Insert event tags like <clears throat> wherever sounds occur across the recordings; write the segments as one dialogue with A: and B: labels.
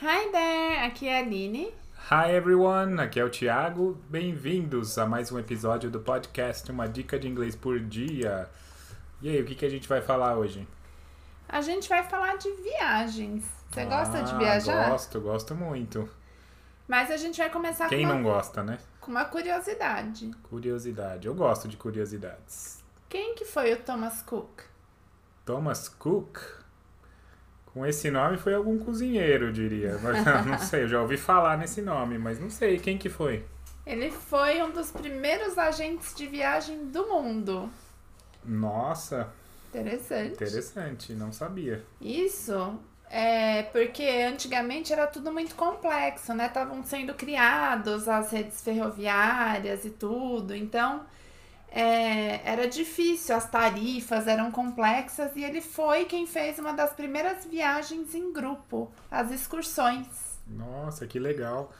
A: Hi there, aqui é a Aline.
B: Hi everyone, aqui é o Thiago. Bem-vindos a mais um episódio do podcast Uma Dica de Inglês por Dia. E aí, o que, que a gente vai falar hoje?
A: A gente vai falar de viagens. Você gosta de
B: Ah,
A: viajar? Tá
B: Gosto, gosto muito.
A: Mas a gente vai começar
B: Quem
A: com,
B: não
A: uma,
B: gosta, né?
A: com uma curiosidade.
B: Curiosidade. Eu gosto de curiosidades.
A: Quem que foi o Thomas Cook?
B: Thomas Cook? Com esse nome foi algum cozinheiro, eu diria. Mas <laughs> não, não sei, eu já ouvi falar nesse nome, mas não sei quem que foi.
A: Ele foi um dos primeiros agentes de viagem do mundo.
B: Nossa,
A: Interessante.
B: interessante, não sabia.
A: Isso é porque antigamente era tudo muito complexo, né? Estavam sendo criados as redes ferroviárias e tudo, então é, era difícil, as tarifas eram complexas e ele foi quem fez uma das primeiras viagens em grupo, as excursões.
B: Nossa, que legal.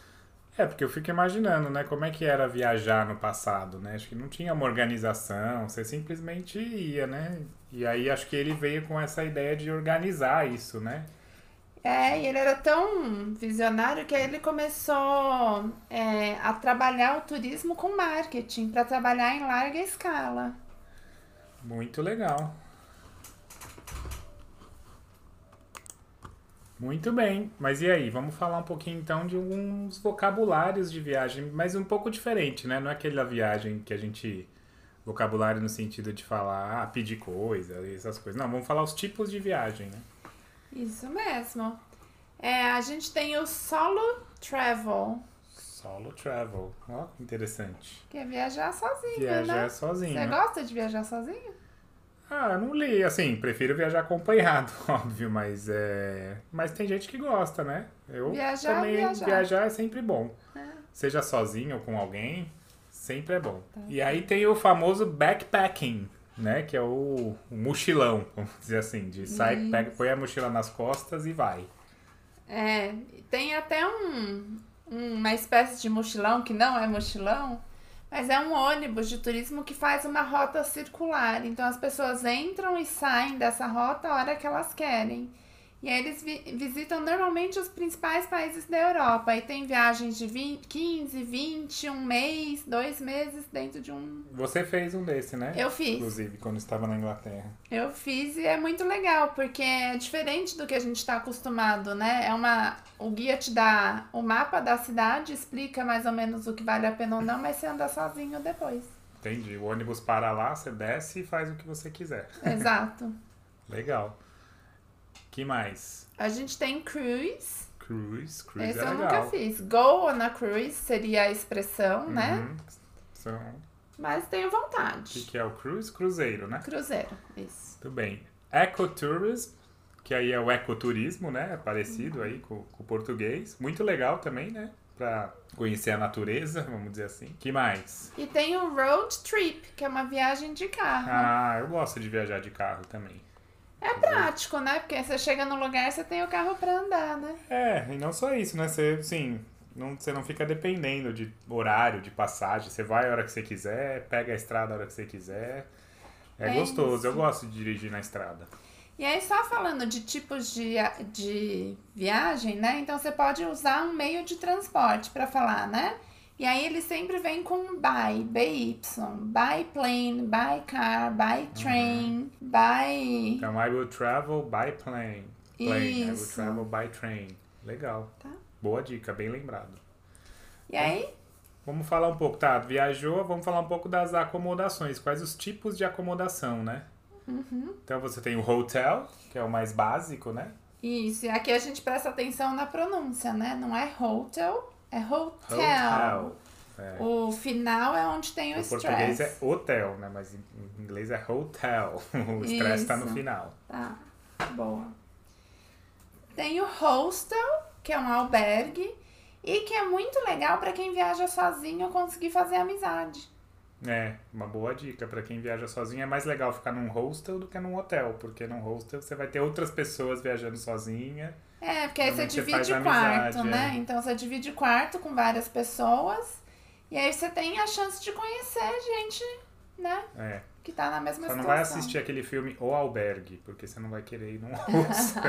B: É, porque eu fico imaginando, né, como é que era viajar no passado, né? Acho que não tinha uma organização, você simplesmente ia, né? E aí acho que ele veio com essa ideia de organizar isso, né?
A: É, e ele era tão visionário que aí ele começou é, a trabalhar o turismo com marketing, para trabalhar em larga escala.
B: Muito legal. Muito bem, mas e aí? Vamos falar um pouquinho então de alguns vocabulários de viagem, mas um pouco diferente, né? Não é aquela viagem que a gente. Vocabulário no sentido de falar, ah, pedir coisa, essas coisas. Não, vamos falar os tipos de viagem, né?
A: Isso mesmo. É, a gente tem o solo travel,
B: Solo travel. Ó, interessante.
A: que é viajar sozinho,
B: Viajar
A: né?
B: sozinho.
A: Você gosta de viajar sozinho?
B: Ah, eu não li. Assim, prefiro viajar acompanhado, <laughs> óbvio, mas é. Mas tem gente que gosta, né? Eu
A: Viajar,
B: também
A: viajar.
B: é sempre bom.
A: É.
B: Seja sozinho ou com alguém, sempre é bom.
A: Tá.
B: E aí tem o famoso backpacking, né? Que é o, o mochilão, <laughs> vamos dizer assim, de sai,
A: Isso.
B: pega, põe a mochila nas costas e vai.
A: É, tem até um, uma espécie de mochilão que não é mochilão, mas é um ônibus de turismo que faz uma rota circular. Então as pessoas entram e saem dessa rota a hora que elas querem. E aí eles vi- visitam normalmente os principais países da Europa. E tem viagens de 20, 15, 20, um mês, dois meses dentro de um
B: Você fez um desse, né?
A: Eu fiz,
B: Inclusive, quando estava na Inglaterra.
A: eu fiz e é muito legal, porque é diferente do que a gente está acostumado, né? É uma. O guia te dá o mapa da cidade, explica mais ou menos o que vale a pena ou não, mas você anda sozinho depois.
B: <laughs> Entendi. O ônibus para lá, você desce e faz o que você quiser.
A: Exato.
B: Legal. Que mais?
A: A gente tem cruise.
B: Cruise, cruise
A: Esse
B: é
A: eu
B: legal.
A: nunca fiz. Go on a cruise seria a expressão, né?
B: Uhum. São...
A: Mas tenho
B: O que,
A: vontade.
B: que é o cruise? Cruzeiro, né?
A: Cruzeiro, isso.
B: Tudo bem. Ecotourism, que aí é o ecoturismo, né? É parecido aí com, com o português. Muito legal também, né? Pra conhecer a natureza, <laughs> vamos dizer assim. Que mais?
A: E tem o road trip, que é uma viagem de carro.
B: Ah, eu gosto de viajar de carro também.
A: É prático, né? Porque você chega no lugar, você tem o carro pra andar, né?
B: É, e não só isso, né? Você, assim, não, você não fica dependendo de horário, de passagem. Você vai a hora que você quiser, pega a estrada a hora que você quiser. É,
A: É
B: gostoso,
A: isso.
B: eu gosto de dirigir na estrada.
A: E aí, só falando de tipos de, de viagem, né? Então, você pode usar um meio de transporte para falar, né? E aí, ele sempre vem com um by, BY, by plane, by car,
B: Uhum.
A: by train, by.
B: Então, I will travel by plane. plane. I will
A: Isso.
B: travel by train. Legal.
A: Tá.
B: Boa dica, bem lembrado.
A: E aí,
B: Vamos falar um pouco, tá? Viajou, vamos falar um pouco das acomodações. Quais os tipos de acomodação, né?
A: Uhum.
B: Então, você tem o hotel, que é o mais básico, né?
A: isso. E aqui a gente presta atenção na pronúncia, né? Não é hotel, é hotel.
B: É.
A: O final é onde tem o,
B: Em português
A: stress.
B: é hotel, né? Mas em em inglês é hotel. <laughs> O stress tá no
A: Isso.
B: final.
A: Tá, boa. Tem o hostel, que é um albergue, e que é muito legal pra quem viaja sozinho conseguir fazer amizade.
B: É, uma boa dica. Pra quem viaja sozinho, é mais legal ficar num hostel do que num hotel. Porque num hostel você vai ter outras pessoas viajando sozinha.
A: É, porque aí você
B: Realmente você
A: divide
B: faz
A: quarto,
B: amizade,
A: né?
B: é.
A: Então você divide quarto com várias pessoas, e aí você tem a chance de conhecer gente, né?
B: É,
A: que tá na mesma
B: Só não
A: situação.
B: vai assistir aquele filme O Albergue, porque você não vai querer
A: <laughs>
B: ir num hostel.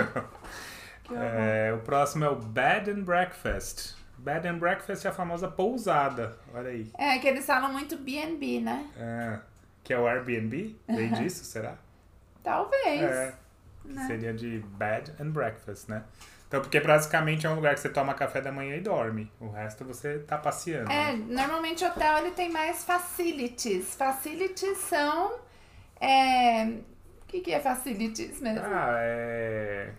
A: Que horror.
B: É, o próximo é o Bed and Breakfast. Bed and Breakfast é a famosa pousada, olha aí.
A: É, que eles falam muito B&B, né?
B: É, que é o Airbnb?
A: <laughs>
B: Vem disso, será?
A: Talvez.
B: É, que
A: né?
B: seria de Bed and Breakfast, né? Então, porque basicamente é um lugar que você toma café da manhã e dorme. O resto você tá passeando.
A: É, normalmente hotel ele tem mais facilities. Facilities são. é, O que, que é facilities mesmo?
B: Ah, é.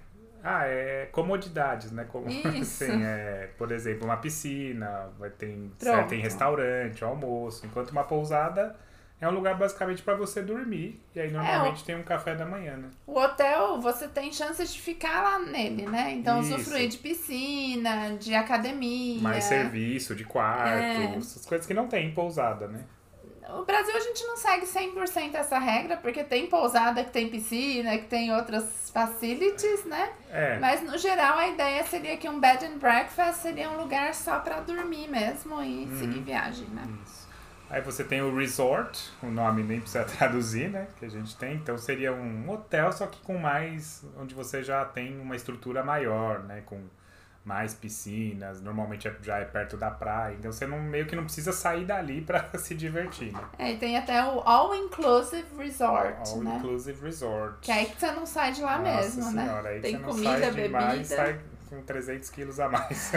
B: Ah, é comodidades, né? Como <laughs>
A: Isso.
B: tem, é, por exemplo, uma piscina, vai tem,
A: Pronto.
B: tem restaurante, almoço, enquanto uma pousada é um lugar basicamente pra você dormir. E
A: É,
B: aí normalmente tem um café da manhã, né?
A: O hotel, você tem chances de ficar lá nele, né? Então,
B: Isso.
A: usufruir de piscina, de academia.
B: Mais serviço de quarto,
A: É.
B: essas coisas que não tem em pousada, né?
A: O Brasil a gente não segue 100% essa regra, porque tem pousada que tem piscina, que tem outras facilities, né?
B: É.
A: Mas no geral a ideia seria que um bed and breakfast seria um lugar só pra dormir mesmo e
B: Uhum.
A: seguir viagem, né?
B: Isso. Aí você tem o resort, o nome nem precisa <laughs> traduzir, né? Que a gente tem. Então seria um hotel, só que com mais. onde você já tem uma estrutura maior, né? Com mais piscinas, normalmente é- já é perto da praia. Então você não, meio que não precisa sair dali <laughs> pra se divertir, né?
A: É, e tem até o All Inclusive Resort,
B: All
A: né?
B: Inclusive Resort.
A: Que aí que você não sai de lá
B: Nossa
A: mesmo, né?
B: senhora, aí
A: Tem
B: você não
A: comida,
B: sai de mar e
A: bebida.
B: sai com 300 quilos
A: <laughs>
B: a mais. <laughs>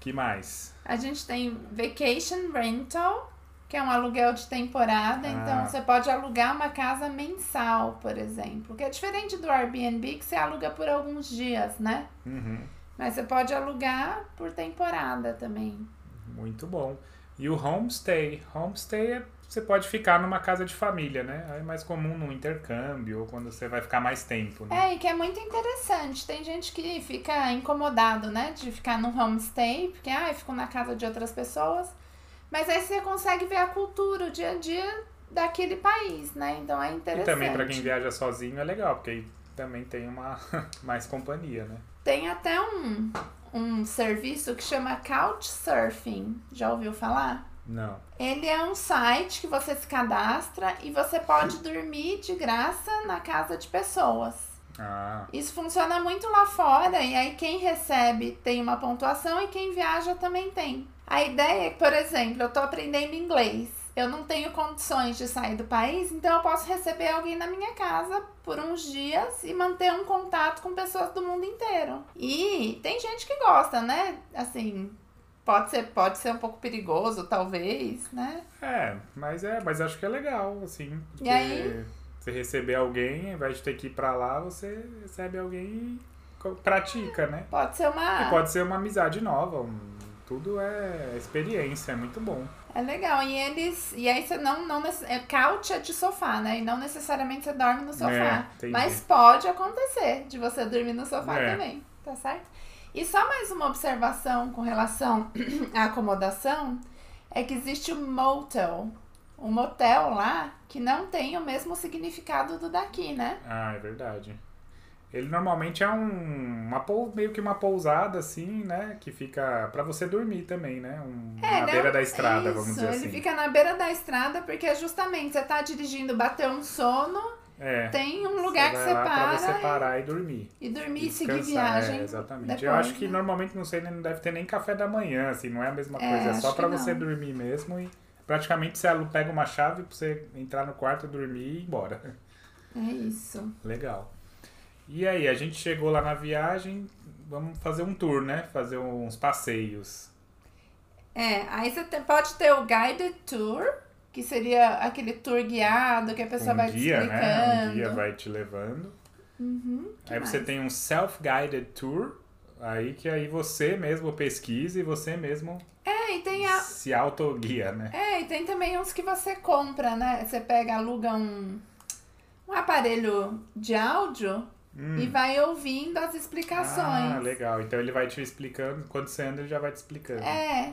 B: que mais?
A: A gente tem Vacation Rental, que é um aluguel de temporada.
B: Ah.
A: Então você pode alugar uma casa mensal, por exemplo. Que é diferente do Airbnb, que você aluga por alguns dias, né?
B: Uhum.
A: Mas você pode alugar por temporada também.
B: Muito bom. E o homestay? Homestay é você pode ficar numa casa de família, né? É mais comum no intercâmbio ou quando você vai ficar mais tempo, né?
A: É, e que é muito interessante. Tem gente que fica incomodado, né? De ficar num homestay, porque, ah, eu fico na casa de outras pessoas. Mas aí você consegue ver a cultura, o dia a dia daquele país, né? Então é
B: e
A: interessante.
B: também pra quem viaja sozinho é legal, porque aí também tem uma <laughs> mais companhia, né?
A: Tem até um, um serviço que chama Couchsurfing. Já ouviu falar?
B: Não.
A: Ele é um site que você se cadastra e você pode dormir de graça na casa de pessoas.
B: Ah,
A: Isso funciona muito lá fora, e aí quem recebe tem uma pontuação e quem viaja também tem. A ideia é que, por exemplo, eu tô aprendendo inglês. Eu não tenho condições de sair do país, então eu posso receber alguém na minha casa por uns dias e manter um contato com pessoas do mundo inteiro. E tem gente que gosta, né? Assim, pode ser, pode ser um pouco perigoso, talvez, né?
B: é, mas é, mas acho que é legal, assim. Porque
A: aí?
B: você receber alguém, ao invés de ter que ir pra lá, você recebe alguém e co- pratica, né?
A: Pode ser uma.
B: E pode ser uma amizade nova, um- tudo é experiência, é muito bom.
A: É legal, e eles. E aí você não. não nece- é, couch é de sofá, né? E não necessariamente você dorme no sofá.
B: É, entendi.
A: mas pode acontecer de você dormir no sofá
B: É.
A: também, tá certo? E só mais uma observação com relação <clears throat> à acomodação: é que existe o motel. O motel lá que não tem o mesmo significado do daqui, né?
B: Ah, é verdade. Ele normalmente é um, uma pou- meio que uma pousada assim, né, que fica pra você dormir também, né, um,
A: É,
B: na
A: né?
B: beira da estrada,
A: Isso,
B: vamos dizer
A: ele
B: assim.
A: fica na beira da estrada porque é justamente você tá dirigindo, bateu um sono,
B: É.
A: tem um lugar que
B: você
A: você
B: vai lá pra
A: para
B: você parar e dormir.
A: e dormir e seguir
B: descansar,
A: viagem.
B: É, exatamente. Eu
A: depois,
B: acho que
A: né?
B: normalmente não sei, né, não deve ter nem café da manhã, assim, não é a mesma
A: É,
B: coisa, é
A: acho
B: só
A: que
B: pra você
A: não.
B: dormir mesmo e praticamente você alu- pega uma chave pra você entrar no quarto, dormir e ir embora.
A: É isso.
B: Legal. E aí, a gente chegou lá na viagem, vamos fazer um tour, né? Fazer uns passeios.
A: É, aí você te- pode ter o guided tour, que seria aquele tour guiado que a pessoa
B: um
A: vai te
B: guia,
A: explicando.
B: né? Um guia vai te levando.
A: Uhum, que
B: aí você
A: mais?
B: tem um self-guided tour, aí que aí você mesmo pesquisa e você mesmo
A: É, e tem a...
B: se autoguia, né?
A: É, e tem também uns que você compra, né? Você pega, aluga um, um aparelho de áudio
B: Hum.
A: e vai ouvindo as explicações.
B: Ah, legal. Então ele vai te explicando, quando você anda, ele já vai te explicando.
A: É.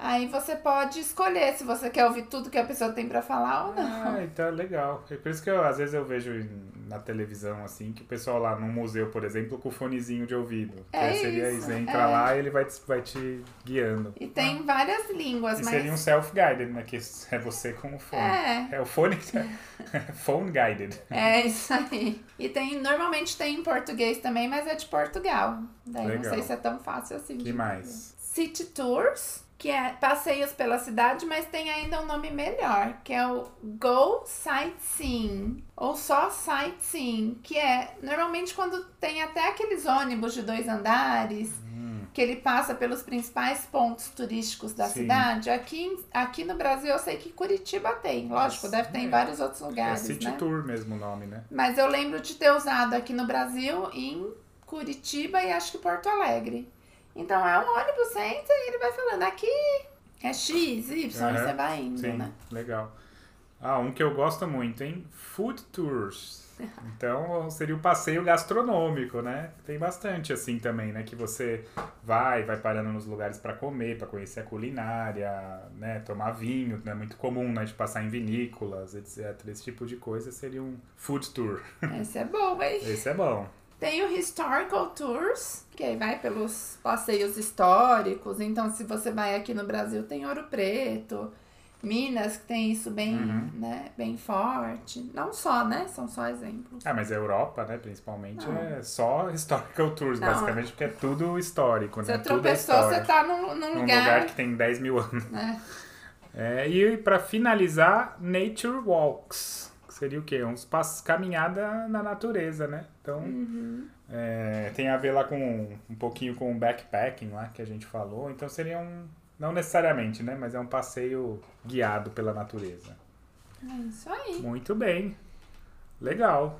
A: Aí você pode escolher se você quer ouvir tudo que a pessoa tem pra falar ou não.
B: Ah, então é legal. É por isso que eu, às vezes eu vejo em- na televisão, assim, que o pessoal lá num museu, por exemplo, com o fonezinho de ouvido. Que
A: É
B: aí seria
A: isso,
B: Você
A: é.
B: entra lá e ele vai te, vai te guiando.
A: E tem várias línguas,
B: E
A: mas.
B: seria um self-guided, né? Que é você com o fone.
A: É,
B: É <laughs> o fone que tá... Phone guided. <laughs>
A: é isso aí. E tem, normalmente tem em português também, mas é de Portugal. Daí não
B: Legal.
A: sei se é tão fácil assim.
B: que
A: de-
B: mais?
A: City Tours, que é passeios pela cidade, mas tem ainda um nome melhor, que é o Go Sightseeing, ou só Sightseeing, que é normalmente quando tem até aqueles ônibus de dois andares, que ele passa pelos principais pontos turísticos da
B: Hum. Sim.
A: cidade. Aqui, em- aqui no Brasil eu sei que Curitiba tem, lógico,
B: Nossa,
A: deve ter em
B: é.
A: vários outros
B: É
A: lugares,
B: City
A: né?
B: Tour mesmo o nome, né?
A: Mas eu lembro de ter usado aqui no Brasil, em Curitiba e acho que Porto Alegre. Então é um ônibus, você entra e ele vai falando aqui é X, Y,
B: Aham,
A: você vai indo,
B: Sim,
A: né?
B: legal. Ah, um que eu gosto muito, hein? Food Tours.
A: <laughs>
B: Então seria o passeio gastronômico, né? Tem bastante assim também, né? Que você vai, vai parando nos lugares pra comer, pra conhecer a culinária, né? Tomar vinho, né? Muito comum, né? De passar em vinícolas, etc. Esse tipo de coisa seria um food tour.
A: Esse é bom,
B: <laughs>
A: hein?
B: Esse é bom.
A: Tem o Historical Tours, que aí vai pelos passeios históricos. Então, se você vai aqui no Brasil, tem Ouro Preto, Minas, que tem isso bem,
B: Uhum.
A: né, bem forte. Não só, né? São só exemplos.
B: Ah, mas a Europa, né? Principalmente
A: Não.
B: é só <laughs> historical tours,
A: Não,
B: basicamente, porque é tudo histórico,
A: Você
B: né? Tudo é
A: tropeçou, você
B: história.
A: tá num, num
B: Num
A: lugar.
B: lugar que tem 10 mil anos.
A: né?
B: <laughs> É, e pra finalizar, nature walks. que Seria o quê? Uns passos caminhada na natureza, né? Então, é, tem a ver lá com um pouquinho com o backpacking lá que a gente falou. Então seria um, não necessariamente, né? Mas é um passeio guiado pela natureza.
A: É isso aí.
B: Muito bem. Legal.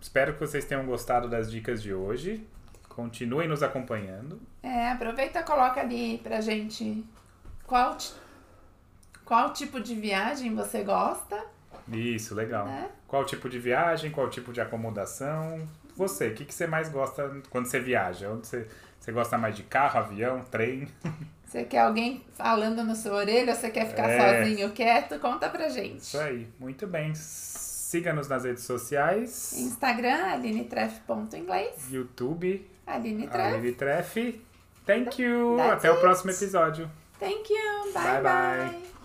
B: Espero que vocês tenham gostado das dicas de hoje. Continuem nos acompanhando.
A: É, aproveita e coloca ali pra gente qual, ti- qual tipo de viagem você gosta,
B: Isso, legal.
A: né?
B: Qual tipo de viagem, qual tipo de acomodação? Você, o que, que você mais gosta quando você viaja? Onde você, você gosta mais de carro, avião, trem?
A: Você quer alguém falando na sua orelha, você quer ficar
B: É.
A: sozinho quieto? Conta pra gente.
B: Isso aí, muito bem. Siga-nos nas redes sociais,
A: Instagram, alinetref.inglês,
B: YouTube,
A: alinetref.
B: Aline Treff. Thank you!
A: That's
B: Até o próximo episódio.
A: Thank you, bye.
B: Bye, bye.
A: bye.